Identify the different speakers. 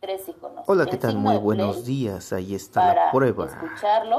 Speaker 1: tres iconos.
Speaker 2: Hola, ¿qué
Speaker 1: El
Speaker 2: tal?
Speaker 1: signo
Speaker 2: Muy
Speaker 1: de
Speaker 2: buenos
Speaker 1: play
Speaker 2: días. Ahí está
Speaker 1: para
Speaker 2: la prueba.
Speaker 1: escucharlo